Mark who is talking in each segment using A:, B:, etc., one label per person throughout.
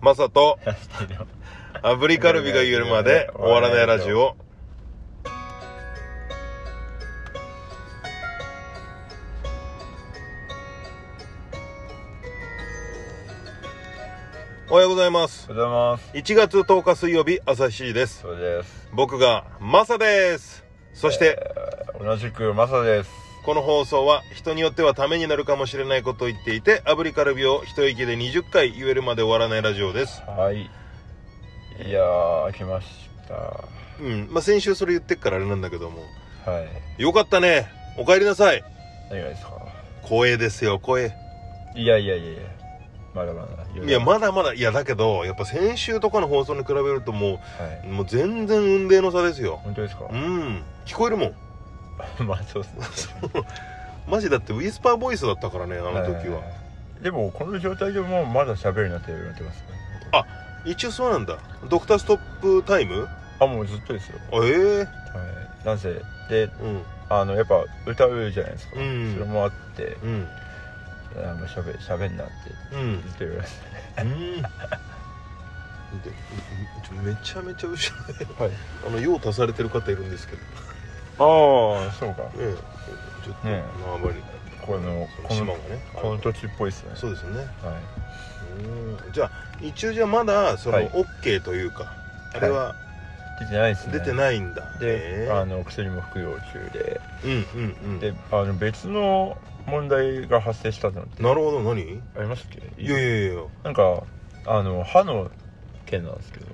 A: マサと
B: やってるよ
A: 炙りカルビが言える まで終わらないラジオ。おはようございます。
B: おはようございます
A: 1月10日水曜日朝7時です。
B: そうです
A: 僕がマサです。そして、
B: 同じくマサです
A: この放送は人によってはためになるかもしれないことを言っていて炙りカルビを一息で20回言えるまで終わらないラジオです
B: はいいやー開けましたは
A: うんまあ先週それ言ってっからあれなんだけども
B: い
A: よかったねお帰りなさい
B: 何がですか
A: 光栄ですよ光栄
B: いやいやいやいやまだまだ
A: いやまだまだいやだけどやっぱ先週とかの放送に比べるとも
B: はいう
A: もう全然運命の差ですよ
B: 本当ですか
A: うん聞こえるもん
B: まあそうですね
A: マジだってウィスパーボイスだったからねあの時は
B: でもこの状態でもうまだ喋るなって言われてますね
A: 一応そうなんだドクターストップタイム
B: あもうずっとですよ
A: ええー、
B: はいなんせで
A: うん
B: あのやっぱ歌うじゃないですか、
A: うん
B: それもあって
A: うん
B: あのしゃべしゃべんなって
A: うん
B: ずっと言われまし
A: うんでちょめちゃめちゃ後ろで
B: たはい
A: あの用足されてる方いるんですけど、ね
B: ああそうか
A: え、ちょっと
B: ね
A: 縄張り
B: このこ
A: 島が
B: の
A: ね
B: この土地っぽいですね
A: そうですね
B: はい
A: うんじゃあ一応じゃあまだその
B: はい
A: OK というか、あれは
B: 出てないですね
A: 出て
B: い
A: ないんだ、
B: で、
A: へえ
B: あの薬も服用中で、
A: うんうんうん
B: であの別の問題が発生したのって
A: なるほど何い
B: ありましたっけ
A: やいやいや
B: なんかあの歯の件なんですけど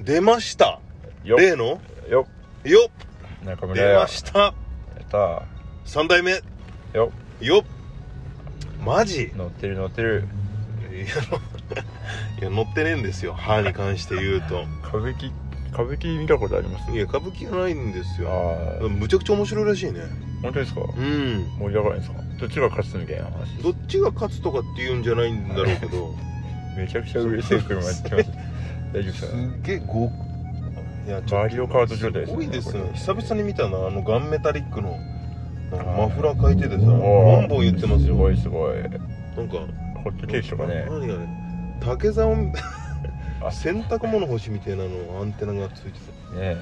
A: 出ました
B: よ
A: 例の
B: っよ
A: よっ
B: っ中村
A: 出
B: 屋
A: ました
B: やった
A: 3代目
B: よ
A: よっマジ
B: 乗ってる乗ってる
A: いや いや乗ってねえんですよ歯に関して言うと
B: 歌舞伎歌舞伎見たことあります
A: いや歌舞伎がないんです
B: ああ
A: よむちゃくちゃ面白いらしいね
B: 本当ですか
A: うん
B: 盛り上がるんですかどっちが勝つみたいな話
A: どっちが勝つとかって言うんじゃないんだろうけど
B: めちゃくちゃ嬉しい車やってます 大丈夫ですすかね
A: っげえごいや
B: マリオカート状態ですすね
A: ごいです
B: こ
A: ね
B: れ
A: 久々に見たなあのガンメタリックのなんか
B: あ
A: マ
B: ー
A: フラー変えててさ
B: おー
A: 何本言ってます
B: す
A: よ
B: ごいすごい
A: なんか
B: ホットケーキとかね
A: 何がね竹竿
B: あ
A: 洗濯物干しみたいなのアンテナがついてて
B: ね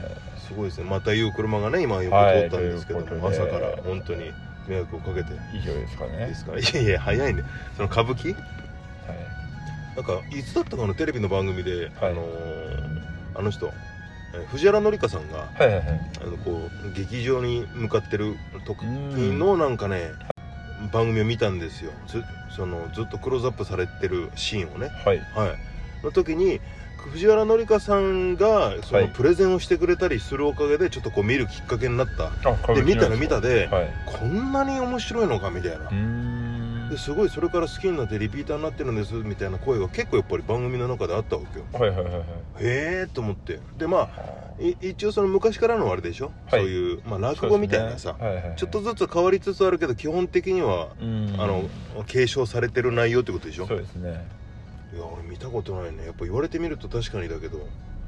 A: すごいですねまたいう車がね今横通ったんですけども、
B: はいというこ
A: 朝
B: とで
A: から本当に迷惑をかけて
B: え以上ですかね
A: ですからいやいや早いねその歌舞伎なんかいつだったかのテレビの番組で、
B: はい
A: あのーあの人えー藤原紀香さんが
B: はいはいはいはい
A: あのこう劇場に向かってる時
B: うん
A: のなんかね番組を見たんですよずそのずっとクローズアップされてるシーンをね
B: はい
A: はいの時に藤原紀香さんがそ
B: は
A: の
B: い
A: プレゼンをしてくれたりするおかげでちょっとこう見るきっかけになった、
B: あ歌
A: で
B: 舞伎
A: 見たら
B: なん
A: 見
B: ですか
A: たで、
B: はい
A: こんなに面白いのかみたいな
B: うーん
A: ですごいそれから好きになってリピーターになってるんですみたいな声が結構やっぱり番組の中であったわけよ
B: はいはいはいはい
A: へえと思ってでまあ
B: あ
A: い一応その昔からのあれでしょ、
B: はい
A: そういう、まあ、
B: ー
A: 落語みたいな
B: そう
A: さ、
B: ですねはいはいはい
A: ちょっとずつ変わりつつあるけど基本的には、
B: うん
A: あの継承されてる内容ってことでしょ
B: そうですね
A: いや俺見たことないねやっぱ言われてみると確かにだけど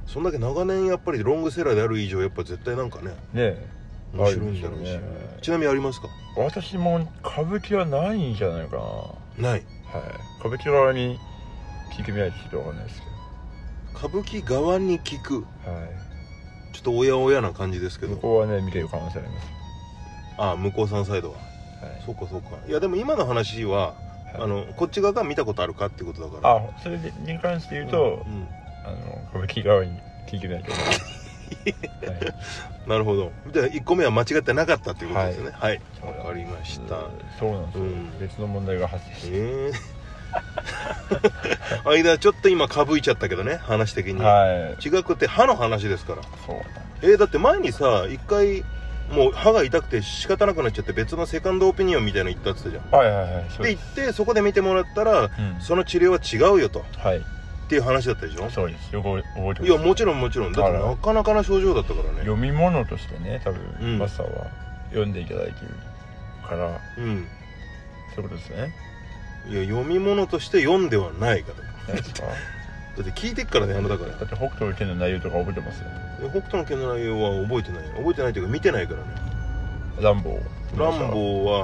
A: そんだけ長年やっぱりロングセラーである以上やっぱ絶対なんかね
B: ねえ
A: 面白いんだろうし、
B: あるんでしょうね
A: ちなみにありますか
B: 私も歌舞伎はないんじゃないか
A: ない
B: なはい歌舞伎側に聞いてみないとちょっとわかんないですけ
A: 歌舞伎側に聞く
B: どはい
A: ちょっとおやおやな感じですけ
B: 向
A: ど
B: こうはね見てる可能性あります
A: ああ向こうさんサイドは
B: はい
A: そうかそうかいやでも今の話はあのこっち側が見たことあるかってことだからあ
B: あそれでに関して言うと、あの歌舞伎側に聞いてみないと思います、 はい、
A: なるほどじゃあ1個目は間違ってなかったっていうことですよねはい
B: は
A: わ、か
B: い
A: りました、
B: そうなんですよ、
A: うん
B: 別の問題が発生して、
A: えー、 間ちょっと今かぶいちゃったけどね話的に、
B: はい
A: 違くて歯の話ですから
B: そう
A: えー、だって前にさ一回もう歯が痛くて仕方なくなっちゃって別のセカンドオピニオンみたいなの行ったって言ってたじ
B: はいはいは
A: ゃ
B: いそ
A: ん
B: う
A: で
B: で
A: 行
B: す
A: ってそこで見てもらったら
B: うん
A: その治療は違うよとっ
B: はい
A: ていう話だったでしょ
B: そうですよく覚えてます
A: いやもちろんもちろんだって
B: あら
A: なかなかな症状だったからね
B: 読み物としてね多
A: う
B: 分
A: ん
B: マスターは読んでいただいてるから
A: うん
B: そういうことですね
A: いや読み物として読んではないから
B: 何です か
A: だって聞いてっからねあなたから
B: だって北斗の拳の内容とか覚えてます
A: え北斗の拳の内容は覚えてない覚えてないっていうか見てないからね
B: ランボー
A: ランボーは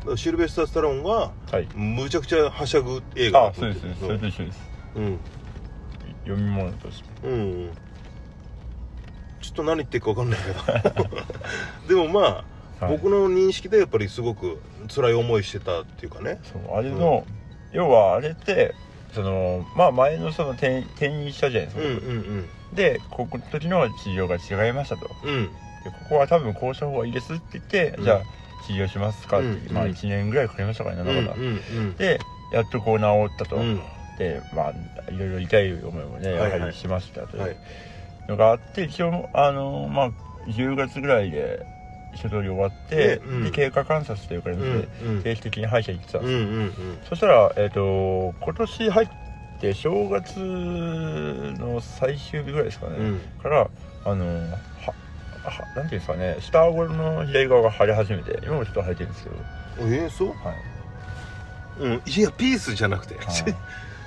A: だからシルベスター・スタローンが
B: ーはい
A: むちゃくちゃはしゃぐ映画
B: あ
A: だと
B: そう
A: 思っ
B: で
A: て
B: す
A: る
B: それと一緒です
A: うん
B: 読み物として
A: うんうんちょっと何言ってるか分かんない けどでもまあ、
B: はい
A: 僕の認識でやっぱりすごく辛い思いしてたっていうかね
B: そうあれの、要はあれってそのまあ前のその転転任したじゃないです
A: うん
B: か、
A: うんうん
B: でここの時の治療が違いましたとで
A: うん
B: ここは多分こうした方がいいですって言って、
A: うん
B: じゃあ治療しますかって、
A: うん
B: まあ
A: うん
B: 1年ぐらいかかりましたからね
A: う
B: だ
A: ん
B: から、でやっとこう治ったと、
A: うんうん
B: でまあいろいろ痛い思いもねや
A: はいはい
B: はりしましたとい
A: は
B: う
A: い
B: のがあって一応あのまあ10月ぐらいで一通り終わって、
A: ねうん
B: で経過観察というか、
A: うんうん
B: 定期的に歯医者行ってたん
A: うん
B: です
A: う
B: よ、
A: ん
B: そしたら、えっと今年入って正月の最終日ぐらいですかね、
A: うん
B: からあのははなんていうんですかね下顎の左側が腫れ始めて今もちょっと腫れてるんですけど、
A: えー、そう
B: はい
A: うんいやピースじゃなくて、
B: はい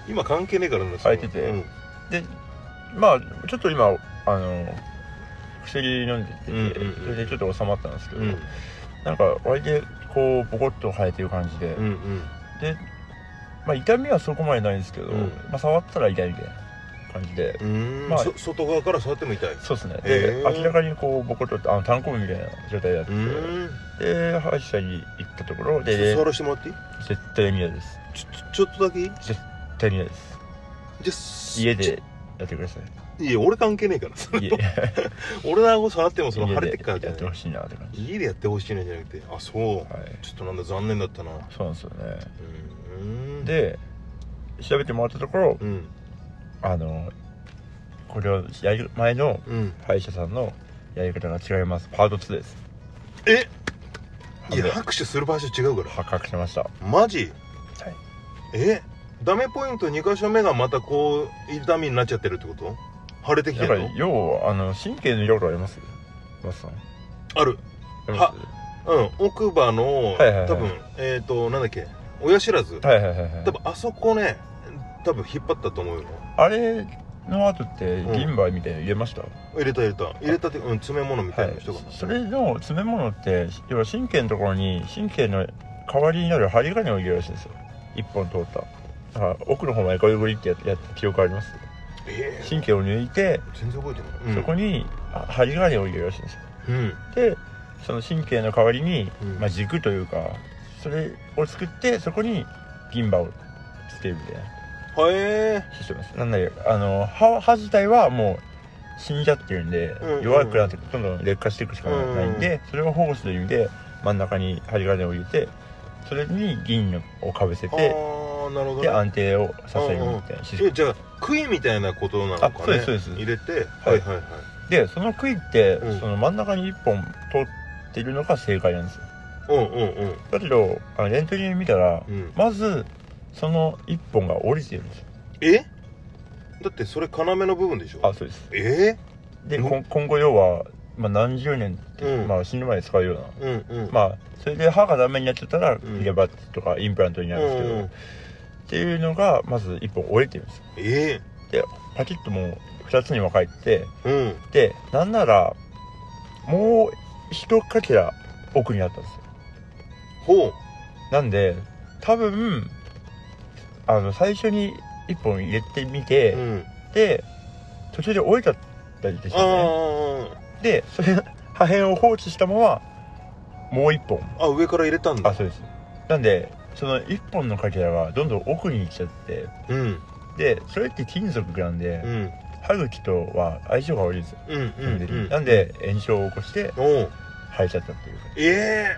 A: 今関係ねえからな
B: 入ってて
A: うん
B: でまあちょっと今あの薬飲んで
A: う
B: て、
A: んうんうん
B: それでちょっと収まったんですけど、
A: うん
B: なんか割とこうボコッと生えてる感じで、
A: うんうん
B: で、まあ、痛みはそこまでないんですけど、
A: うん
B: まあ、触ったら痛いみたいな感じで、
A: うーん、
B: まあ
A: そ外側から触っても痛い
B: そうですね
A: へ
B: で
A: ー
B: 明らかにこうボコッとあの単行部みたいな状態だっ
A: う
B: て、
A: ーん
B: で歯医者に行ったところ
A: ちょっと
B: で
A: 触らせてもらっていい
B: 絶対嫌です
A: ちょちょちょっとだけいい
B: 絶対嫌です
A: じゃあ
B: 家
A: ち
B: でやってくださ
A: ょいや俺関係ねえ から
B: い家家
A: 俺の顎触ってもその腫れてっ
B: で
A: からじゃ
B: やって
A: な
B: ほ
A: い
B: しいなって感じ
A: 家でやってほしいねじゃなくてあそう
B: はい
A: ちょっとなんだ残念だったな
B: そうなんですよね
A: うーん
B: で調べてもらったところ
A: うん
B: あのこれをやる前の
A: うん
B: 歯医者さんのやり方が違いますパート2です
A: えい
B: い
A: や
B: や
A: 拍手する場所違うから
B: 発覚しましたは
A: マジ
B: い
A: えダメポイント2箇所目がまたこう痛みになっちゃってるってこと腫れてきて
B: だか
A: る
B: ら
A: の
B: 要はあの神経の色がありますマスさんあ
A: ある
B: り
A: は
B: ま
A: うん奥歯の、
B: はいはいはい
A: 多分えっ、となんだっけ親知らず、
B: すはいはいはいはい
A: 多分あそこね多分引っ張ったと思うよ
B: あれの後って
A: うん
B: 銀歯みたいなの入れました、
A: 入れた入れた入れたってうん詰め物みた
B: はい
A: ない人が、
B: それの詰め物って要は神経のところに神経の代わりになる針金を入れるらしいんですよ一本通っただから奥の方までゴリゴリってやってやった記憶あります
A: えー
B: 神経を抜いて
A: 全然覚えてない、うん、
B: そこにあ針金を入れるらしいんですよ
A: うん
B: でその神経の代わりに、
A: うん
B: まあ、軸というかそれを作ってそこに銀歯をつけるみたいな
A: はえ
B: してますなんだよあの歯歯自体はもう死んじゃってるんで、
A: うんうん
B: 弱くなってどんどん劣化していくしかないんで、それを保護する意味で真ん中に針金を入れてそれに銀をかぶせ
A: ー、
B: て
A: ああなるほど
B: で
A: ね
B: 安定をさせるみたいなシステム
A: えじゃあ杭みたいなことなのかね
B: あそうですそうです
A: 入れては
B: はいい
A: はいはい
B: でその杭って、
A: うん
B: その真ん中に1本取ってるのが正解なんですよ
A: うんうんうん
B: だけどあのレントゲン見たら
A: うん
B: まずその1本が降りてるんですよ
A: えだってそれ要の部分でしょ
B: あそうです
A: え
B: で、
A: うん
B: こん今後要は、まあ、何十年って、
A: うん
B: まあ、死ぬまで使うような
A: えうんうん
B: まあそれで歯がダメになっちゃったら
A: ん
B: 入れ歯とかインプラントになるんですけど、
A: うんう
B: っ
A: ん
B: ていうのがまず1本折れてるんですよ
A: え
B: パキッともう2つに分かれてて
A: えうん
B: でなんならもう一かけら奥にあったんですよ
A: ほう
B: なんで多分あの最初に1本入れてみて、
A: うん
B: で途中で折れちゃったりでし
A: あ
B: たね
A: ー
B: でそれ 破片を放置したままもう1本
A: あ上から入れたん
B: あ
A: だ
B: そうですなんでその1本のかけらがどんどん奥に行っちゃって
A: うん
B: でそれって金属なんで、
A: うん
B: 歯茎とは相性が悪いんですよ、
A: うんうんうん
B: なんで炎症を起こして
A: おう
B: 生えちゃったっていうか、
A: え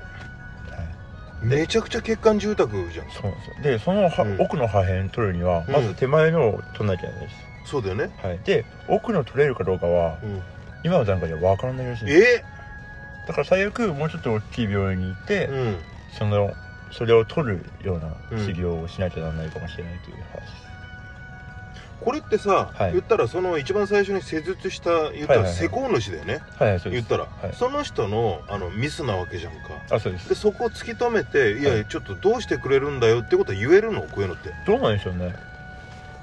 A: え
B: はい
A: めちゃくちゃ欠陥住宅じゃん
B: そうなんですよでその歯、
A: うん
B: 奥の破片取るには
A: うん
B: まず手前のを取んなきゃいけないです、
A: そうだよね
B: はい、で奥の取れるかどうかは
A: うん
B: 今の段階では分からないらしいんです
A: え
B: だから最悪もうちょっと大きい病院に行って、
A: えうん
B: そのそれを取るような治療をしなきゃならないかもしれないという話です、
A: これってさ、
B: はい
A: 言ったらその一番最初に施術した言った
B: はいはい
A: ら
B: はい
A: 施工主だよね、
B: はいはいそうで
A: 言っ
B: す
A: たら、
B: はい
A: その人のあのミスなわけじゃんか
B: あそうです
A: でそこを突き止めて「いや、
B: はい
A: ちょっとどうしてくれるんだよ」ってことは言えるのこういうのって
B: どうなんでしょうね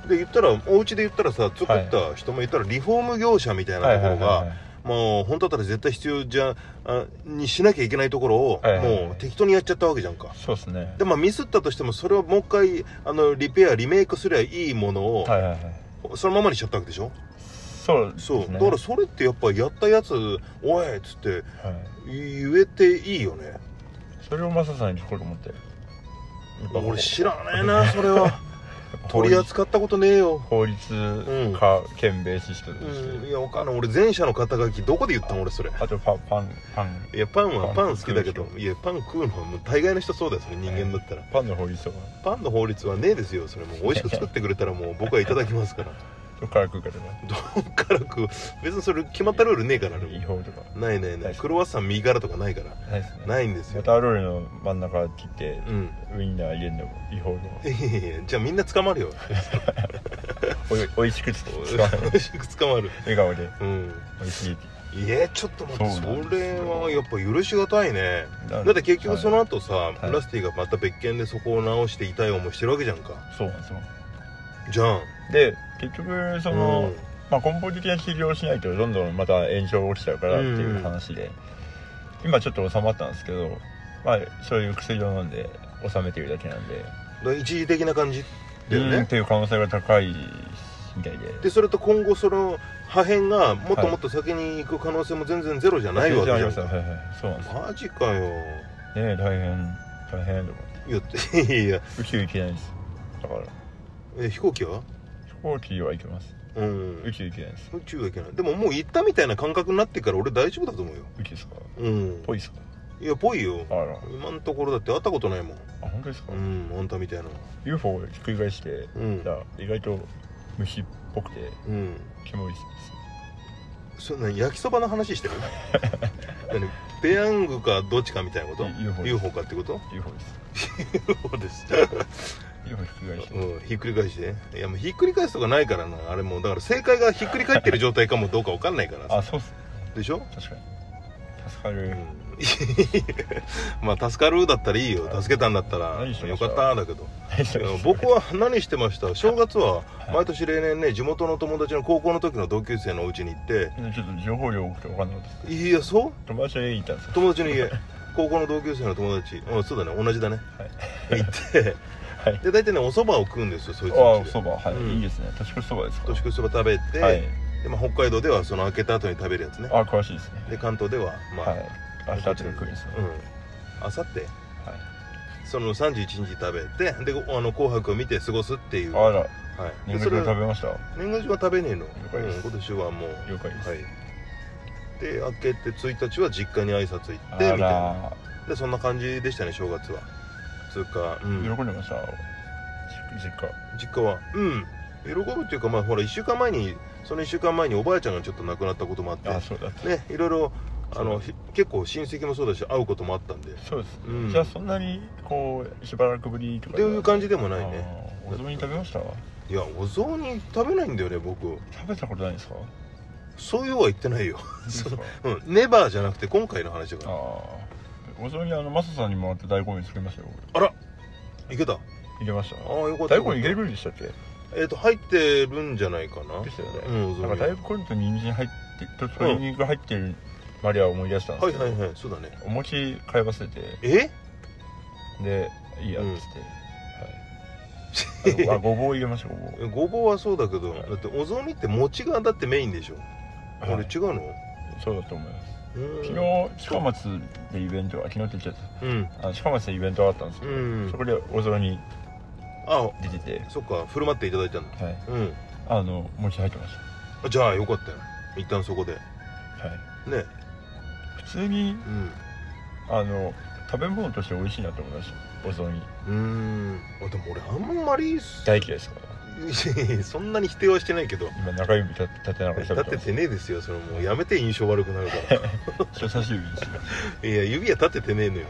A: で言ったらお家で言ったらさ作った人も言ったらリフォーム業者みたいな
B: はい
A: と
B: は
A: こ
B: い
A: ろ
B: はい
A: が
B: はい
A: もう本当だったら絶対必要じゃあにしなきゃいけないところを、
B: はいはいはい
A: もう適当にやっちゃったわけじゃんか
B: そうですね
A: でまあミスったとしてもそれをもう一回あのリペアリメイクすりゃいいものを、
B: はいはいはい
A: もそのままにしちゃったわけでしょ
B: そうです
A: そう、
B: ね
A: だからそれってやっぱやったやつ「おい!」っつって
B: はい、
A: 言えていいよね
B: それをマサさんに聞こうと思って
A: 俺知らねえなそれは取り扱ったことねえよ
B: 法律か県米システムです、
A: うんいやおかんない俺前者の肩書きどこで言ったん俺それ
B: あとパンパンパン
A: いやパンは
B: パ
A: パ
B: ン
A: ン好きだけどいやパン食うのはもう大概の人そうだよそれ人間だったら、
B: パンの法律とか
A: パンの法律はねえですよそれもう美味しく作ってくれたらもう僕はいただきます から
B: どっから来るからね
A: どっから食う別にそれ決まったルールねえからね
B: 違法とか
A: ないないな
B: ないい
A: クロワッサン右からとかないから
B: ないですね
A: ないんです
B: ま
A: よ
B: たロールの真ん中切って
A: うん
B: ウインナー入れんのも違法でも
A: いやいやいやじゃあみんな捕 まるよ
B: おいおいしくつつか
A: 美味しく捕まる
B: 笑顔で
A: うん
B: おいしいって
A: いやちょっと待って
B: そう
A: そ
B: なんです
A: れ
B: よ
A: はやっぱ許しがたいね
B: だ
A: だって結局その後さ、
B: い
A: ラスティがまた別件でそこを直して痛い思いしてるわけじゃんか
B: そうなんですよ
A: じゃん
B: で結局そ
A: う
B: の、
A: ん
B: まあ、根本的な治療をしないとどんどんまた炎症が起きちゃうからっていう話で、今ちょっと収まったんですけど、まあ、そういう薬を飲んで収めてるだけなんで、
A: だから一時的な感じだよ
B: うんっ
A: ね、
B: ていう可能性が高いみたいで
A: でそれと今後その破片がもっともっと先に行く可能性も全然ゼロじゃないわけじゃ
B: 全然あり
A: ん、
B: ますよはいはいそうなんですよね
A: マジかよ
B: え大変大変とか
A: いやっていやい や
B: 宇宙行けないですだから
A: え飛行機は
B: 飛行機は行けます
A: うん
B: 宇宙行けないです
A: 宇宙はいけないでももう行ったみたいな感覚になってから俺大丈夫だと思うよ
B: 宇宙ですか
A: うん
B: ぽいですか
A: いやぽいよ
B: あらあ
A: 今のところだって会ったことないもん
B: 本当ですか、
A: うんあんたみたいな
B: UFO をひっくり返して
A: うん
B: じゃあ意外と虫っぽくて
A: うん
B: キモいです
A: そんな焼きそばの話してる 何ペヤングかどっちかみたいなこと
B: UFO です
A: UFO かってこと
B: UFO です
A: UFO です
B: 今ひっくり返して
A: うん、ひっくり返していやもうひっくり返すとかないからなあれもうだから正解がひっくり返ってる状態かもどうかわかんないから
B: あ
A: さ
B: そうっす
A: でしょ、
B: 確かに助か
A: う
B: る
A: ん、 まあ助かるだったらいいよ助けたんだったら
B: 何してま
A: よ
B: した
A: かっただけど
B: 大丈
A: い
B: 夫
A: や
B: です
A: 僕は何してました正月は
B: はい
A: 毎年例年ね地元の友達の高校の時の同級生のお家に行って
B: ちょっと情報量多くて分かんなかったです
A: いやそう
B: 友達の家にいたんですよ
A: 友達の 家高校の同級生の友達うんそうだね同じだね、行って
B: はい
A: で大体ねお蕎麦を食うんですよそいつ
B: あ
A: の
B: あ
A: 家
B: そ
A: で
B: ばはい、
A: うん
B: いいですね年越しそばですか
A: 年越しそば食べて、
B: はい
A: でまあ、北海道ではその開けた後に食べるやつね
B: あ詳しいですね
A: で関東ではまあ、
B: はい明日ってくるんですよ、
A: うんあさって
B: はい
A: その31日食べてであの「紅白」を見て過ごすっていう
B: あ
A: は
B: ら
A: いで
B: 年賀
A: それ
B: 状食べました了
A: 年賀状は食べねえの、
B: 解です
A: うん今年はもう
B: 解です、
A: はいで明けて1日は実家に挨拶行ってみた
B: あ
A: いな
B: ら
A: でそんな感じでしたね正月はつうか、うん、
B: 喜んでました実家
A: 実家はうん喜ぶっていうかまあほら1週間前にその1週間前におばあちゃんがちょっと亡くなったこともあって
B: あそうだった
A: ねいろいろあ
B: そう
A: のひ結構親戚もそうだし会うこともあったんでっ
B: そうです、
A: うん
B: じゃあそんなにこうしばらくぶりとか
A: ていう感
B: じ
A: じでもないね
B: お雑煮食べました
A: いやお雑煮食べないんだよね僕
B: 食べたことないですか
A: そういうは言ってないよそ
B: そう
A: ううん ネバーじゃなくて今回の話だから
B: ああお雑煮あのマサさんにもらって大根に作りましたよ俺
A: あらいけたあ
B: 入れました
A: あよかった
B: 大根入れるんでしたっけ
A: えっ、と入ってるんじゃないかな
B: ですよね
A: うんお雑
B: なん
A: 煮
B: か大根と人参入ってと鶏肉入ってるマリアを思い出したんで
A: は
B: すけ
A: い
B: ど、
A: はいはいそうだね
B: お餅買い忘れて
A: え
B: でいいやっつ って、はい、あのあごぼう入れましたごぼう
A: ごぼうはそうだけど
B: はい
A: だってお雑煮って餅がだってメインでしょあ
B: は
A: れ
B: い
A: 違うの
B: そうだと思います
A: うん
B: 昨日近松でイベントが昨日って言っちゃっ
A: うん
B: たあの近松でイベントがあったんですけ
A: う
B: ど、そ
A: ん
B: こでお雑煮
A: あ
B: 出てて
A: そっか振る舞っていただいたんだ
B: はい
A: うん
B: あの餅入ってまし
A: あじゃあよかったよ一旦そこで
B: たはい
A: ね
B: 普通に
A: うん
B: あの食べ物として美味しいなと思いましたお雑煮
A: うーんあでも俺あんまりす
B: 大嫌いですから
A: そんなに否定はしてないけど
B: 今中指立て立てながら
A: 立
B: 喋って
A: て
B: ます
A: てねえですよそれもうやめて印象悪くなるから
B: 人差し指にしてます
A: いや指は立ててねえのよ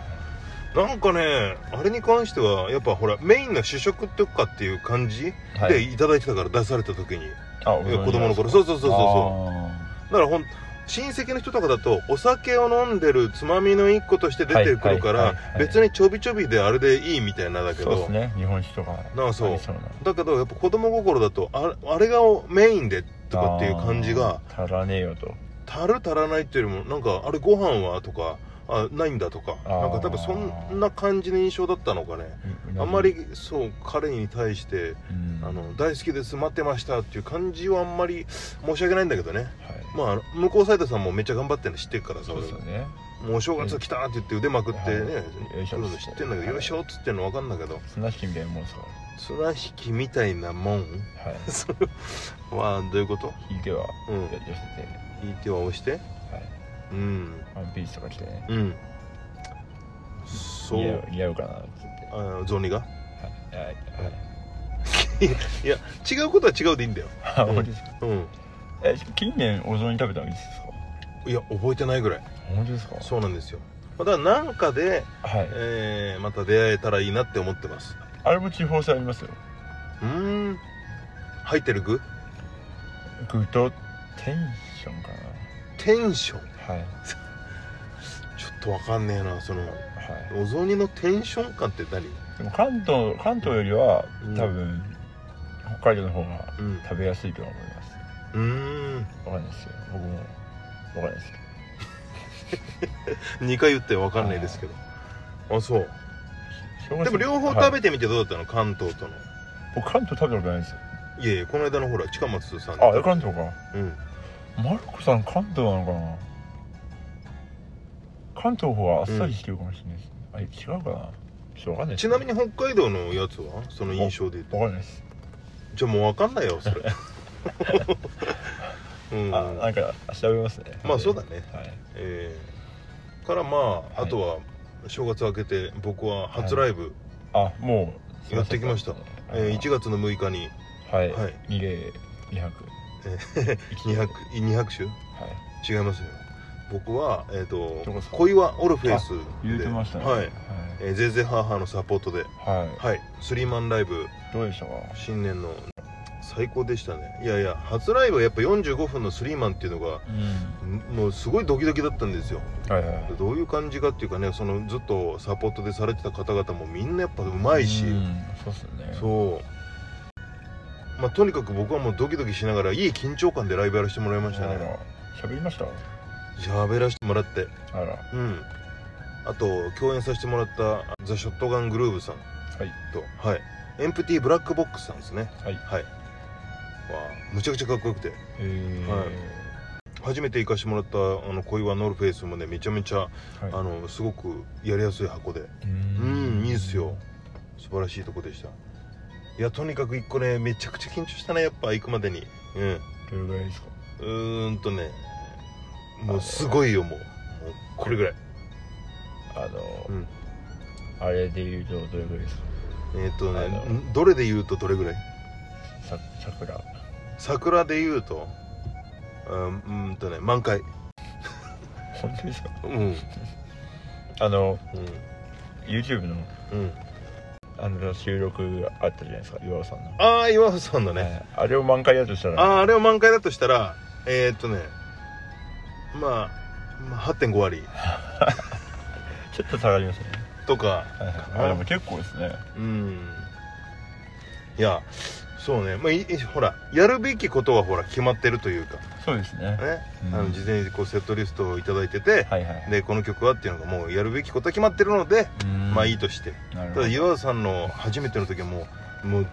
A: なんかねあれに関してはやっぱほらメインの主食とかっていう感じ
B: はい
A: でいただいてたから出された時に、
B: あお
A: いや子供の頃そうそうそうそうそううだからほん親戚の人とかだとお酒を飲んでるつまみの一個として出てくるか
B: はい
A: ら
B: はいはいはい
A: 別にちょびちょびであれでいいみたいなんだけ
B: そうで
A: ど
B: すね日本酒とか
A: なあそう
B: ありそうな
A: だけどやっぱ子供心だとああれがメインでとかっていう感じが
B: あー足らねえよと
A: 足る足らないっていうよりもなんかあれご飯はとかあないんだとか
B: あー
A: なんか多分そんな感じの印象だったのかねあんま、りそう彼に対して
B: うん
A: あ
B: は
A: の大好きです待ってましたっていう感じはあんまり申し訳ないんだけどね
B: い、
A: まあ向こうサイドさんもめっちゃ頑張ってるの知ってるからさ
B: そうですよね
A: 俺もうお正月来たって言って腕まくってね、
B: はいよいし
A: 来
B: ょっつって
A: るの知ってんだけどよいしょっつってんの分かんだけど
B: 綱引きみたいなもんですか
A: 綱引きみたいなもん
B: らはい
A: それはどういうこと
B: 引いては
A: う
B: 寄
A: ん
B: せて、は
A: 引いては押して
B: い
A: うん
B: ワンピースとか着てね
A: うんそ
B: 似
A: う
B: 合う似合うかなっつって
A: あーゾニが
B: はいはい
A: いや違うことは違うでいいんだよ
B: はいあ
A: うん
B: 本当ですか
A: うん
B: え近年お雑煮食べたのいつですか
A: いや覚えてないぐらい
B: 本当ですか
A: そうなんですよまあだからなんかで、
B: はい
A: えーまた出会えたらいいなって思ってます
B: あれも地方性ありますよ
A: うーん入ってる具
B: グッドテンションか
A: テンション
B: なはい
A: ちょっとわかんねえなその
B: は
A: お雑煮のテンション感って何
B: いでも関東関東よりは
A: うん
B: 多分北海道の方が
A: うん
B: 食べやすいとは思います
A: うーん
B: わかんないですよ僕もわかんないですけど
A: 2回言ってわかんないですけどあそうでも両方食
B: べ
A: べてみてどうだったの関東との
B: 僕関東食べたことないんですよ
A: いやいやこの間のほら近松さん
B: あ関東か
A: うん
B: マルコさん関東なのかな関東の方はあっさりしてるかもしれないです、ねあれ違うかなちょっとわかんない
A: ちなみ
B: に
A: に北海道のやつはその印象で言うと
B: わかんないです、
A: じゃあもうわかんないよそ れうん
B: あなんか調べますね
A: まあそうだね
B: はい
A: えーからまあ、
B: はい
A: あとは正月明けて僕は初ライブ、
B: あもう
A: やってきましたえー1月の6日に
B: 月はい、
A: はい
B: 二礼二泊
A: 200 200種
B: はい
A: 違いますよ僕は、えー、と
B: どこですか
A: 小岩オルフェイス
B: 言うてましたね
A: はい
B: はい、
A: えー、ゼーゼーハーハーのサポートで
B: は
A: はいスリーマンライブ
B: い、どうでしたか
A: 新年の最高でしたねいやいや初ライブはやっぱ45分のスリーマンっていうのが
B: うん
A: んもうすごいドキドキだったんですよ
B: はいはい
A: どういう感じかっていうかねそのずっとサポートでされてた方々もみんなやっぱうまいし、
B: うんそうっすね
A: そうまあとにかく僕はもうドキドキしながらいい緊張感でライブやらせてもらいましたね
B: あら喋りました
A: 喋らせてもらって
B: あらは
A: うんあと共演させてもらったザ・ショットガングルーヴさん
B: い
A: とはいエンプティ・ブラックボックスさんですね
B: はい
A: はいわあむちゃくちゃかっこよくて
B: えー
A: はい初めて行かしてもらったあの小岩ノルフェイスもねめちゃめちゃ
B: はい
A: あのすごくやりやすい箱で
B: う
A: うんいいっすよ素晴らしいとこでしたいやとにかく一個ねめちゃくちゃ緊張したねやっぱ行くまでにうん
B: どれぐらいですか
A: うーんとねもうすごいよもうもうこれぐらい
B: あの、
A: うん
B: あれで言うとどれぐらいですか
A: えっ、と
B: あ
A: ね
B: の
A: んどれで言うとどれぐらい
B: さ桜
A: 桜で言うとうんうーんとね満開
B: 本当ですか
A: うんうん
B: あの YouTube の
A: うん
B: あの収録あったじゃないですか岩尾さんの
A: ああ岩尾さんのね
B: ねあれを満開だとしたら
A: あああれを満開だとしたらえーっとねまあ、まあ、8.5割
B: ちょっと下がりますね
A: とか
B: あでも結構ですね
A: うんいやそうね、まあい、いほらやるべきことはほら決まってるというか
B: そうですね
A: ね、
B: うん
A: あの事前にこうセットリストを頂いただいてて、
B: はいはい
A: でこの曲はっていうのがもうやるべきことは決まってるので、
B: うん
A: まあいいとして
B: なる
A: た
B: ほど
A: だ
B: はい
A: 岩尾さんの初めての時はもうもう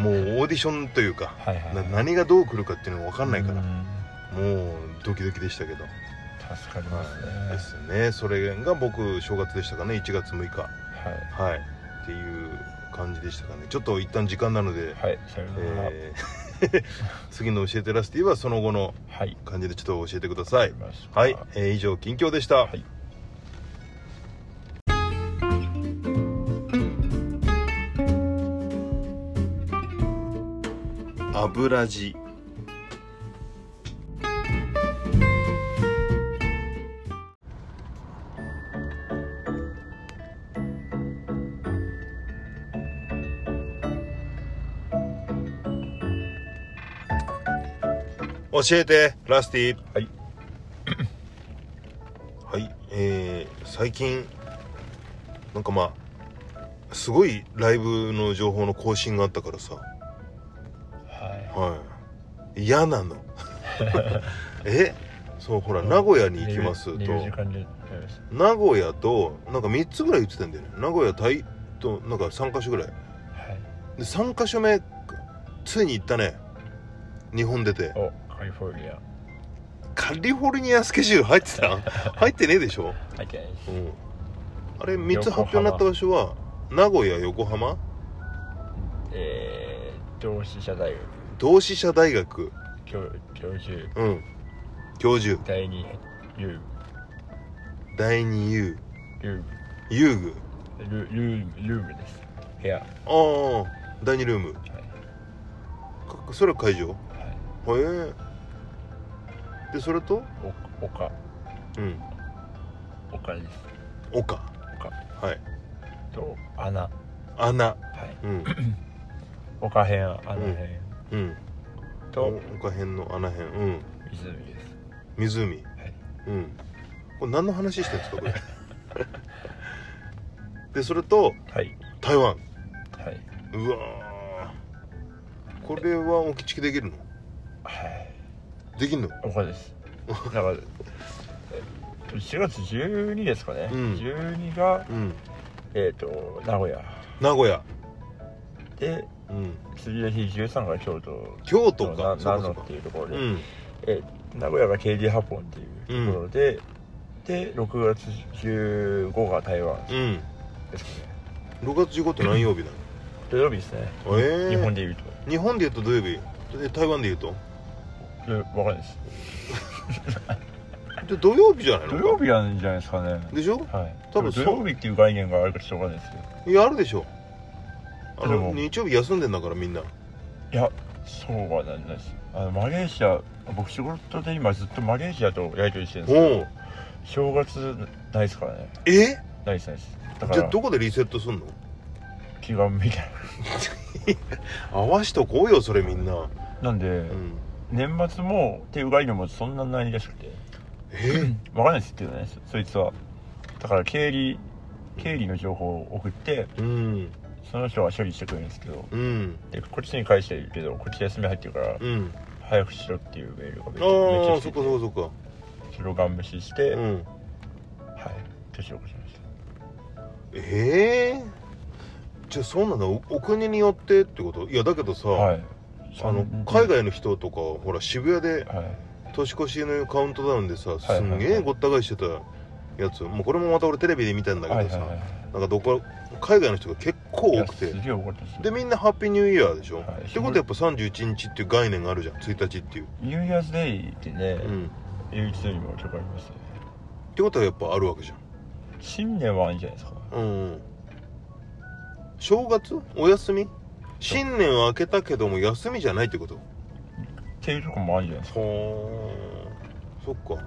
A: もうオーディションというか
B: はい
A: な何がどう来るかっていうのが分かんないから
B: う
A: も
B: ん
A: うドキドキでしたけど
B: 助かりま
A: です
B: ね
A: すねそれが僕正月でしたかね1月6日
B: は
A: はいっていう感じでしたかねちょっと一旦時間なので、
B: いはいさようなら
A: えー 次の教えてラスティはその後の
B: はい
A: 感じでちょっと教えてください
B: わかりました
A: はい、えー以上近況でした、
B: はい
A: 油地教えてラスティ
B: はい
A: はいえー最近なんかまあすごいライブの情報の更新があったからさ
B: は
A: はい嫌なのえそうほら名古屋に行きますと
B: 寝る寝る時間でやりまし
A: 名古屋となんか3つぐらい言ってたんだよね名古屋タイとなんか3か所ぐらい
B: たはい
A: で3か所目ついに行ったね日本出て
B: おカリフォルニア
A: カリフォルニアスケジュール入ってた入ってねえでしょ、
B: 入ってないです
A: うん、あれ3つ発表になった場所は名古屋横浜
B: えー、同志社大学
A: 同志社大学
B: 教教授
A: うん教授
B: 第二遊
A: 第二遊
B: 遊
A: 遊具
B: 具ルルールームです部屋は
A: ああ第二ルーム
B: い、
A: かそれは会場へ
B: はい、
A: えでそれと
B: お丘
A: うん
B: 丘です
A: 丘
B: 丘
A: はい
B: と穴は
A: 穴
B: い
A: うん
B: 丘辺穴辺、
A: うん
B: と
A: お丘辺の穴辺うん
B: 湖です
A: 湖、
B: い
A: うんこれ何の話してるんですかこれでそれと
B: はい
A: 台湾
B: はい、
A: うわーこれはおきちきできるの
B: はい
A: できんの
B: わかんない です。だから、え4月12ですかね。
A: うん
B: 12が、
A: うん
B: えっ、と、名古屋。
A: 名古屋
B: で、
A: うん
B: 次の日13が京都。
A: 京
B: と
A: 都
B: な
A: かそう
B: 長
A: かそ
B: 野
A: う
B: っ
A: か
B: ていうところ
A: う
B: で、
A: ん
B: えー名古屋が KD ハポンっていうところで、で、6月15が台湾
A: うん
B: ですかね。
A: 6月15って何曜日なの
B: 土曜日ですね。
A: えー
B: 日本で言うと。
A: 日本で言うと土曜日で台湾で言うと
B: えわかんないです。
A: で土曜日じゃないの
B: 土曜日なんじゃないですかね。
A: でしょ
B: はい。
A: 多分そ
B: 土
A: う
B: 曜日っていう概念があるかちょっとわかんないですけど。
A: いやあるでしょあ
B: で
A: の
B: も
A: 日曜日休んでんだからみんない
B: や、そうはなんないです。あのマレーシア、僕仕事で今ずっとマレーシアとやり取りしてるん
A: お
B: です
A: お
B: けど、正月ないですからね。
A: え
B: ないですないです。だか
A: じゃあ
B: ら、
A: どこでリセットすんの
B: 気が向いて
A: 合わしとこうよそれみんな
B: ない。なんで、
A: うん
B: 年末もっていう概念もそんなないらしくて、
A: え
B: わかんないですって言うのね、そそいつは。だから、経理、経理の情報を送って、
A: うん
B: その人が処理してくれるんですけど、
A: うん
B: でこっちに返してるけど、こっち休み入ってるから、
A: うん
B: 早くしろっていうメールがめっちゃめっち
A: あ
B: ゃ
A: あ
B: 来
A: そ
B: て
A: っかそっかそっか
B: それをガン無視して、
A: う
B: はい、
A: ん
B: 年を越しました。
A: ええじゃあそうなんだおお国によってってこといやだけどさ、
B: はい。
A: あの海外の人とかほら渋谷で
B: はい。
A: 年越しのカウントダウンでさすん
B: はい
A: げ
B: は
A: え
B: い
A: ごった返してたやつもうこれもまた俺テレビで見たんだ
B: は
A: け
B: い
A: ど
B: は
A: さ、
B: いはい。
A: なんかどこ海外の人が結構多く
B: いや
A: て
B: すげえ多かったです。
A: でみんなハッピーニューイヤーでしょ、
B: はい
A: ってことはやっぱ31日っていう概念があるじゃん1日っていう、
B: ニューイヤーズデイってね、
A: うん、
B: 唯一よりも結構ありますね。
A: ってことはやっぱあるわけじゃ
B: 新年はあるんじゃないですか。
A: んうん正月お休み新年は明けたけども休みじゃないってこと
B: っていうとこもあるんじゃないです
A: ほーそっか、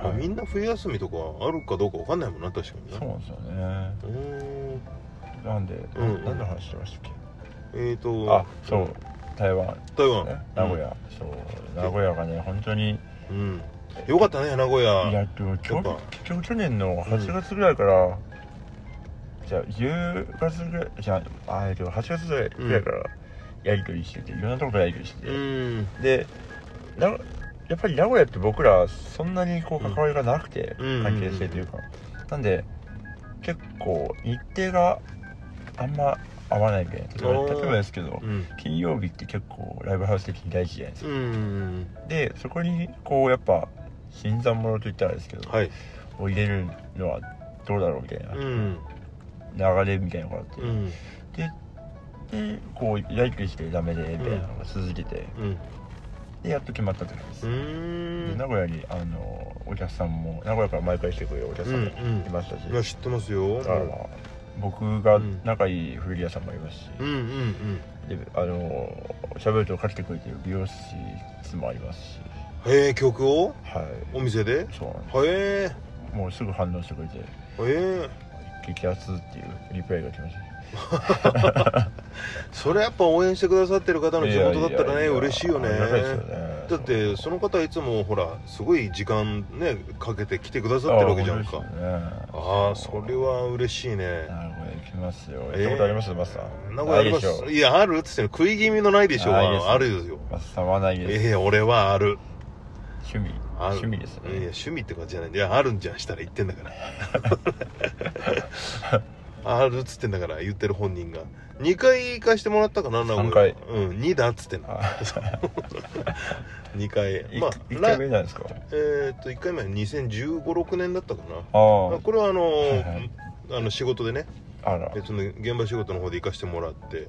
B: か。はい
A: みんな冬休みとかあるかどうかわかんないもんな確かにな
B: そうなんですよね。
A: うーん
B: なんで、
A: うんうん
B: 何の話してましたっ
A: えー
B: け。
A: と
B: あ、そう。台湾、ね、
A: 台湾、
B: 名古屋、そう名古屋がね本当に
A: うんよかったね名古
B: い
A: 屋
B: やでも去
A: やっぱ
B: 結局去年の8月ぐらいから、じゃあ10月ぐらいじゃああえっと8月ぐらいぐらいからやり取りしてて、いろんなとこからやり取りしてて、
A: うん
B: でなやっぱり名古屋って僕らそんなにこう
A: うん
B: 関わりがなくて、
A: うん
B: 関係性というか、なんで結構日程があんま合わないみたいな例え
A: お
B: ば
A: ー
B: 例えばですけど
A: うん
B: 金曜日って結構ライブハウス的に大事じゃないです
A: う
B: か、
A: ん
B: でそこにこうやっぱ新参者といったらですけど、
A: はい
B: を入れるのはどうだろうみたいな、
A: うん
B: 流れみたいなのがあって、
A: うん
B: でこうやりくりしてダメでみたいなのが続けて、
A: うん
B: でやっと決まったって感じです
A: う、
B: で
A: ん
B: 名古屋にあのお客さんも名古屋から毎回来てくれるお客さんもいましたし、
A: いや知ってますよ
B: だから僕が仲いい古着屋さんもいますし、
A: うんうん
B: であの喋るとかけてくれてる美容室もありますし
A: うんへえ曲を
B: はい
A: お店で
B: そうなんで
A: へえ
B: すもうすぐ反応してくれて
A: へえ
B: 激アツっていうリプライが来まし
A: それやっぱ応援してくださってる方
B: た
A: の地元だったらね嬉しいよね
B: ありがたいですよね
A: だってその方いつもほらすごい時間ねかけて来てくださってるわけじゃんかああそれは嬉しいね
B: 名古屋行きますよ行ったことありますマスター
A: 名古屋ありま
B: ないでしょ
A: すいやあるっつってんの食い気味のないでしょ
B: ないです
A: はあるですよ
B: マスターはないです
A: ええ俺はある
B: 趣味
A: ある
B: 趣味です
A: いやいや
B: ね
A: 趣味って感じじゃないいやあるんじゃんしたら言ってんだ からあるっつってんだから言ってる本人が2回行かしてもらったかな名古屋
B: 三回
A: うん2だっつってんの
B: あ
A: 2回
B: い
A: まあ
B: 一回
A: ら
B: 目じゃないですか
A: えーっと1回目は201516年だったかな
B: あ
A: ま
B: ー
A: あこれはあの
B: はい
A: ー
B: はい
A: あの仕事でね
B: あら
A: 別の現場仕事の方で行かしてもらって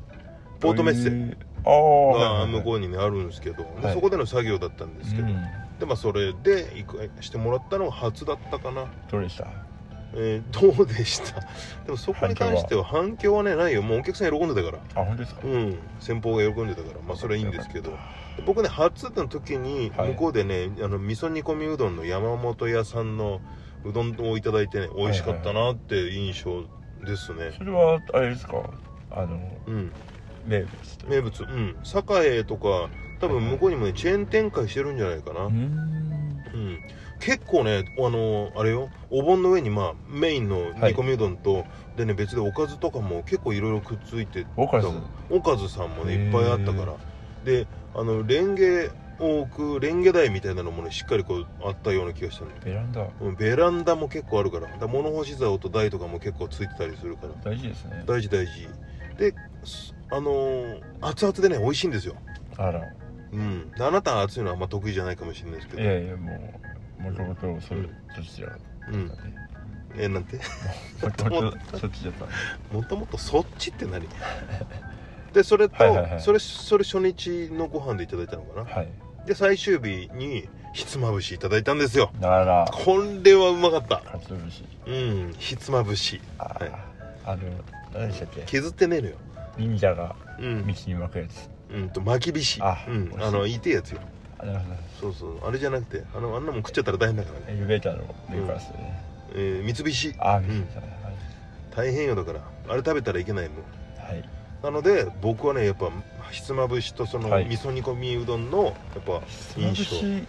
A: ポートメッセ
B: えーあ
A: が
B: あ
A: 向こうにねあるんですけど、で
B: はい
A: そこでの作業だったんですけど、
B: うん
A: でまあそれで行くしてもらったのは初だったかな、
B: どうでした
A: えーどうでしたでもそこに関しては反響はねないよもうお客さん喜んでたから
B: あ本当ですか
A: うん先方が喜んでたからまあそれはいいんですけどで僕ね初の時に
B: はい
A: 向こうでね、あの味噌煮込みうどんの山本屋さんのうどんをいただいてね美味しかったなって印象ですね、
B: それはあれですかあの
A: うん
B: 名物という
A: 名物うん栄とか多分向こうにもねチェーン展開してるんじゃないかな、
B: うーん
A: うん、結構ねあのあれよお盆の上にまあメインの煮込みうどんと、でね別でおかずとかも結構いろいろくっついて
B: おかず
A: おかずさんもねいっぱいあったからであのレンゲを置くレンゲ台みたいなのもねしっかりこうあったような気がしたね
B: ベランダ
A: うんベランダも結構あるからだから物干し竿と台とかも結構ついてたりするから
B: 大事ですね
A: 大事大事ですあのー熱々でね美味しいんですよ
B: あら
A: うんであなたは熱いのはあんま得意じゃないかもしれないですけ
B: い
A: ど
B: やいやもうもともとそれそっちだ
A: うんえなんて
B: もともとそっちだった
A: もともとそっちって 何でそれと、
B: はいはいはい
A: それそれ初日のご飯でいただいたのかな
B: はい
A: で最終日にひつまぶしいただいたんですよ
B: なら
A: これはうまかった
B: かつお節
A: うんひつまぶし
B: あーあの何でしたっけ
A: 削ってねえのよ
B: 忍者が
A: う
B: 道
A: ん、
B: に巻くやつ
A: うん、と巻きびし
B: あ
A: うん
B: 美味しい
A: あのいてえやつよ
B: あなるほど
A: そうそうあれじゃなくてあのあんなもん食っちゃったら大変だからね、
B: エレベーターの上からですよね
A: えー、三菱
B: あー
A: ん
B: 見てたね
A: 大変よだからあれ食べたらいけないの
B: はいはい
A: なので僕はねやっぱひつまぶしとその
B: はい
A: 味噌煮込みうどんのやっぱ印象
B: 寿司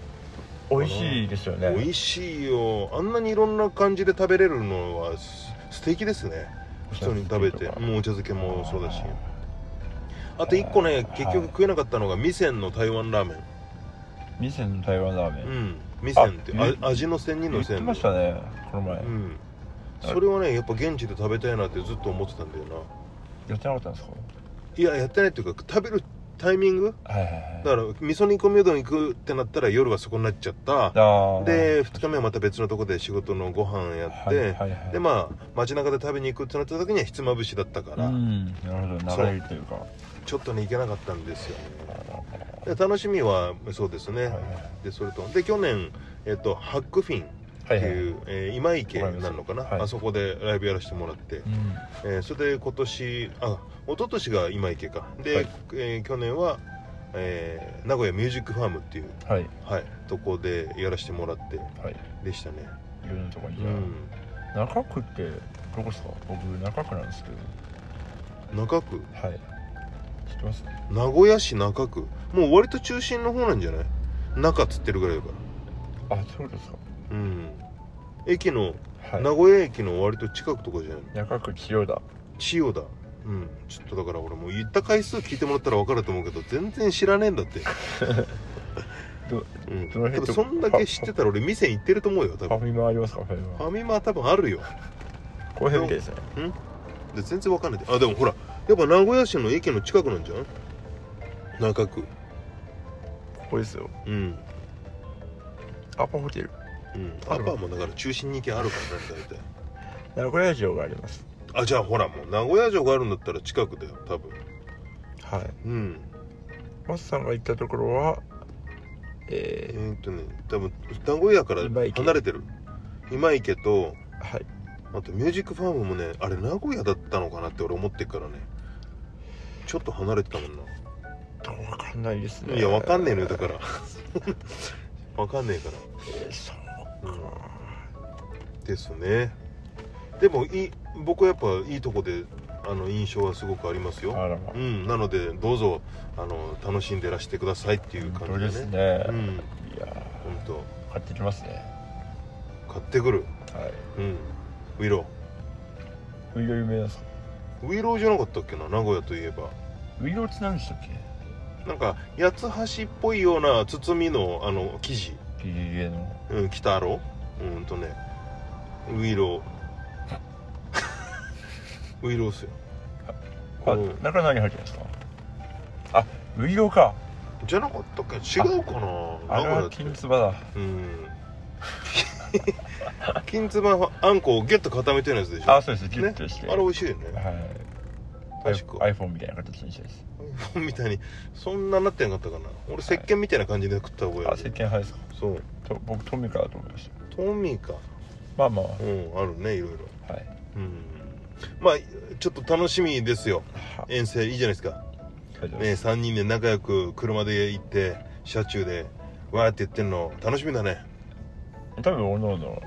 B: 美味しいですよね
A: 美味しいよあんなにいろんな感じで食べれるのはす素敵ですね普通に食べてもうお茶漬けもそうだしあと1個ね
B: あー
A: 結局食えなかったのが味仙の台湾ラーメ
B: 店の台湾ラーメ
A: ン
B: ン、
A: うん味仙って
B: あ
A: あ味の仙人
B: 言
A: の
B: っ
A: 仙
B: てましたねこの前、
A: うんそれはねやっぱ現地で食べたいなってずっと思ってたんだよな
B: やってなかったんですか
A: いややってないっていうか食べるタイミング
B: はいはいはい
A: だから味噌煮込みうどん行くってなったら夜はそこになっちゃった
B: あー
A: で2日目はまた別のとこで仕事のご飯やって、
B: はいはいはい、
A: でまあ街中で食べに行くってなった時にはひつまぶしだったから、
B: うんなるほど流れるというか
A: ちょっとね行けなかったんですよ
B: あ
A: ね
B: ら
A: で
B: は
A: 楽しみはそうですね、
B: いはい
A: でそれとで去年、えっとハックフィンって
B: はいはい
A: いう、えー今池
B: わかりま
A: な
B: す
A: のかな、
B: はい
A: あそこでライブやらせてもらって、
B: うん
A: えーそれで今年あ一昨年が今池かで、
B: はい
A: えー去年は、えー名古屋ミュージックファームっていう、
B: はい
A: はい、とこでやらせてもらって
B: はい
A: でしたね、
B: いろんなとこに
A: う
B: じゃ
A: ん、
B: あ、中区ってどこですか僕中区なんですけど
A: 中区
B: はい知ってます
A: 名古屋市中区もう割と中心の方なんじゃない中っつってるぐらいだか
B: あそうですから
A: うん駅の、
B: は
A: 名
B: い
A: 古屋駅の割と近くとかじゃないの
B: 中区千代田
A: 千代田うんちょっとだから俺もう言った回数聞いてもらったら分かると思うけど全然知らねえんだって
B: ど
A: うん
B: どの辺
A: 多分
B: と
A: そんだけ知ってたら俺店行ってると思うよ多
B: ファ
A: 分
B: ミマありますかファミ
A: フ
B: マ
A: ァミマは多分あるよ
B: この辺みたいですね
A: で全然分かんないあでもほらやっぱ名古屋市の駅の近くなんじゃん中区
B: ここですよ
A: うん
B: アパホテル
A: うんアパもだから中心に行きあるからね大体
B: 名古屋城があります
A: あじゃあほらもう名古屋城があるんだったら近くだよ多分
B: はい
A: うん
B: マスさんが行ったところは
A: え
B: え
A: ーっとね多分名古屋から
B: 今池
A: 離れてる今池と
B: ー、はい
A: あとミュージックファームもねあれ名古屋だったのかなって俺思ってっからねちょっと離れてたもんな
B: どうわかんないですね
A: いやわかんねえのよだから わかんねえか
B: そう
A: ら、
B: か
A: うん、ですねでもいい僕はやっぱいいとこであの印象はすごくありますよ
B: あらま
A: うんなのでどうぞあの楽しんでらしてくださいっていう
B: 本
A: 感
B: 当で
A: じですね
B: ね、
A: うん
B: いや
A: 本当
B: ー買ってきますね
A: 買ってくる
B: はい
A: うんウィロ
B: ウイロ有名なんですか
A: ーウィローじゃなかったっけな名古屋といえば
B: ウイロって何でしたっけ
A: なんか八つ橋っぽいような包みのあの生地
B: PDA の
A: うん鬼太郎うんとねウイ ローウイローっすよ
B: あ
A: うん
B: 中何入ってますかあウイローか
A: じゃなかったっけ違うかな名古屋
B: あれは
A: って
B: 金つばだ
A: うん 金つばはあんこをギュッと固めてるやつでしょ
B: あそうですギュッとして、
A: ねあれ美味しいよね
B: はい
A: 確か
B: iPhone みたいな形にしたいです
A: iPhone みたいにそんななってなかったかな俺石鹸みたいな感じで食った覚え
B: あ
A: あ
B: 石
A: る
B: 鹸派ですか
A: そう
B: と僕トミカだと思いました
A: トミーか
B: まあま
A: うんあるねいろいろ
B: あはい
A: うんまあちょっと楽しみですよ
B: は
A: 遠征いいじゃないですか
B: 大丈夫
A: ね3人で仲良く車で行って車中でわーって言ってんの楽しみだね
B: 多分おのおの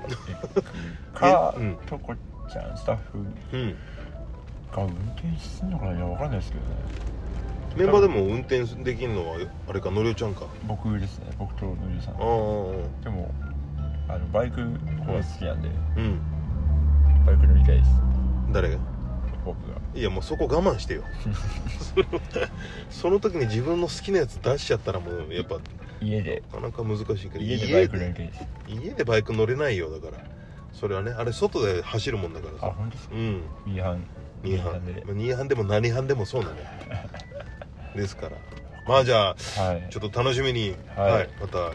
B: か、
A: うん
B: とこちゃんスタッフ
A: うん
B: が運転すんのかないやわかんないですけどね
A: メンバーでも運転できるのはあれかのりおちゃんか
B: 僕ですね僕とのりさん
A: ああう
B: でもあのバイク僕は好きなんで、
A: ん
B: バイク乗りたいです
A: 誰が
B: 僕が
A: いやもうそこ我慢 してよその時に自分の好きなやつ出しちゃったらもうやっぱ
B: 家で
A: なかなか難しいから
B: 家でバイク乗り
A: で
B: たいです
A: 家でバイク乗れないよだからそれはねあれ外で走るもんだから
B: あ
A: さ
B: 本当ですか
A: うん
B: ミーハン
A: 二
B: ミーハ
A: 班
B: ンで
A: まあ二班でも何班でもそうだ ねですからまあじゃあ
B: はい
A: ちょっと楽しみに、は
B: はいい
A: またあ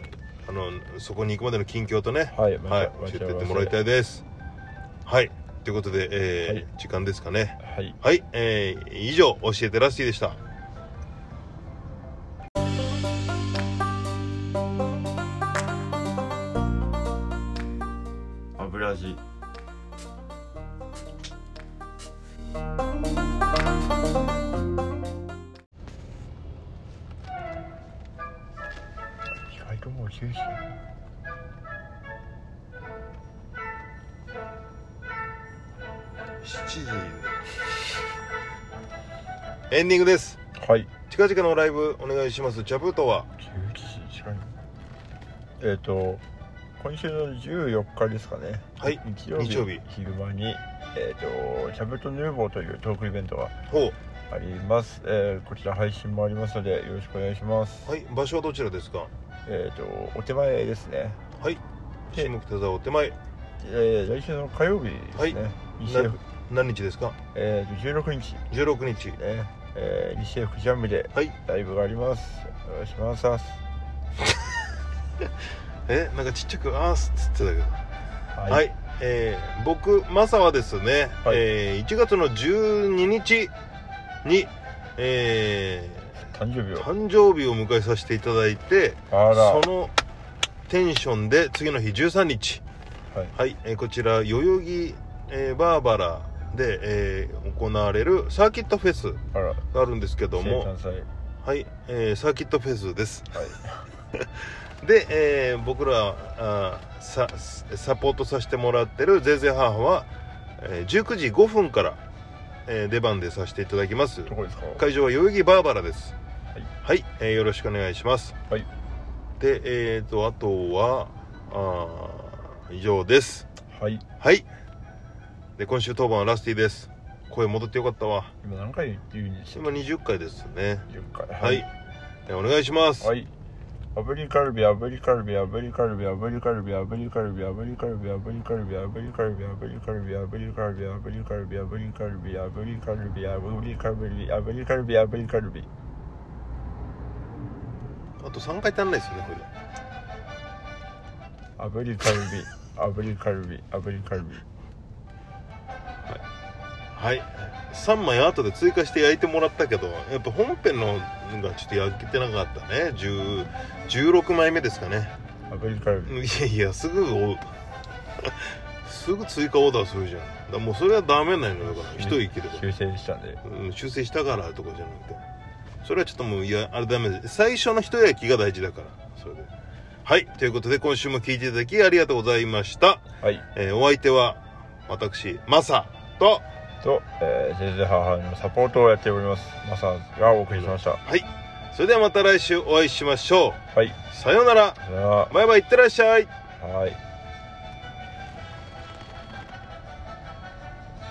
A: のそこに行くまでの近況とね、
B: はいまた
A: はい、
B: また
A: 教えてってもらいたいです。はい、ということで、えー
B: はい
A: 時間ですかね。
B: はい
A: はい、えー以上、教えてラッシーでした。
B: 油味意外ともう9時
A: 7時エンディングです。
B: はい
A: 近々のライブお願いします。ジャブートは、
B: 11時近いなえっ、と今週の14日ですかね
A: はい
B: 日曜日
A: 日曜日
B: 昼間にえっ、とキャブとヌーボーというトークイベントが
A: ほ
B: あります、えーこちら配信もありますのでよろしくお願いします、
A: う、はい、場所はどちらですか。
B: えっ、とお手前ですね
A: はい、
B: で
A: 下北沢お手前、
B: えー来週の火曜日ですね、西
A: な
B: F
A: 何日ですか。
B: えーと、16日ね、
A: 16日。
B: えー、西 F ジャムで
A: はい、
B: ライブがありますお願いしますは
A: え、なんかちっちゃくあーすっつってたけど。
B: い、
A: はい、えー僕マサはですね、
B: はい
A: えー1月の12日に、え
B: 誕生日
A: ー
B: を
A: 誕生日を迎えさせていただいて
B: あら
A: そのテンションで次の日13日
B: はい
A: はい、えーこちら代々木、えーバーバラで、えー行われるサーキットフェス
B: あら
A: があるんですけど
B: 生
A: も
B: 誕祭はい
A: はい、えーサーキットフェスです で、えー僕らあーさサポートさせてもらってる「ぜいぜいハーハは、えー19時5分から、えー出番でさせていただきます
B: どこですか
A: 会場は代々木バーバラです
B: はい
A: はい、えーよろしくお願いします
B: はい
A: でえー、とあとはあー以上です
B: はい
A: はいで今週当番はラスティです声戻ってよかったわ
B: 今何回言ってるんでしたっ
A: 今20回ですね
B: け10回
A: はい、えーお願いします、
B: はい炙りカルビ炙りカルビ炙りカルビ炙りカルビ炙りカルビ炙りカルビ炙りカルビ炙りカルビ炙りカルビ炙りカルビ炙りカルビ炙りカルビ炙りカルビ炙りカルビ炙りカルビ炙りカルビ
A: あと3回足んないですねこれ
B: 炙りカルビ炙りカルビ炙りカルビ
A: はい3枚後で追加して焼いてもらったけどやっぱ本編のがちょっと焼けてなかったね10 16枚目ですかね
B: 炙りカルビ
A: いやいやすぐおすぐ追加オーダーするじゃんだからもうそれはダメなのよだから一息で、
B: 修正したんで
A: うん、修正したからとかじゃなくてそれはちょっともういやあれダメです最初の一焼きが大事だからそれではいということで今週も聞いていただきありがとうございました、
B: はい
A: えーお相手は私マサと
B: とえー先生母のサポートをやっておりますマサーズがお送りしましたは
A: はい。それではまた来週お会いしましょ。
B: いう
A: さようなら。
B: さよな
A: バイバイ、いってらっしゃい。
B: らはい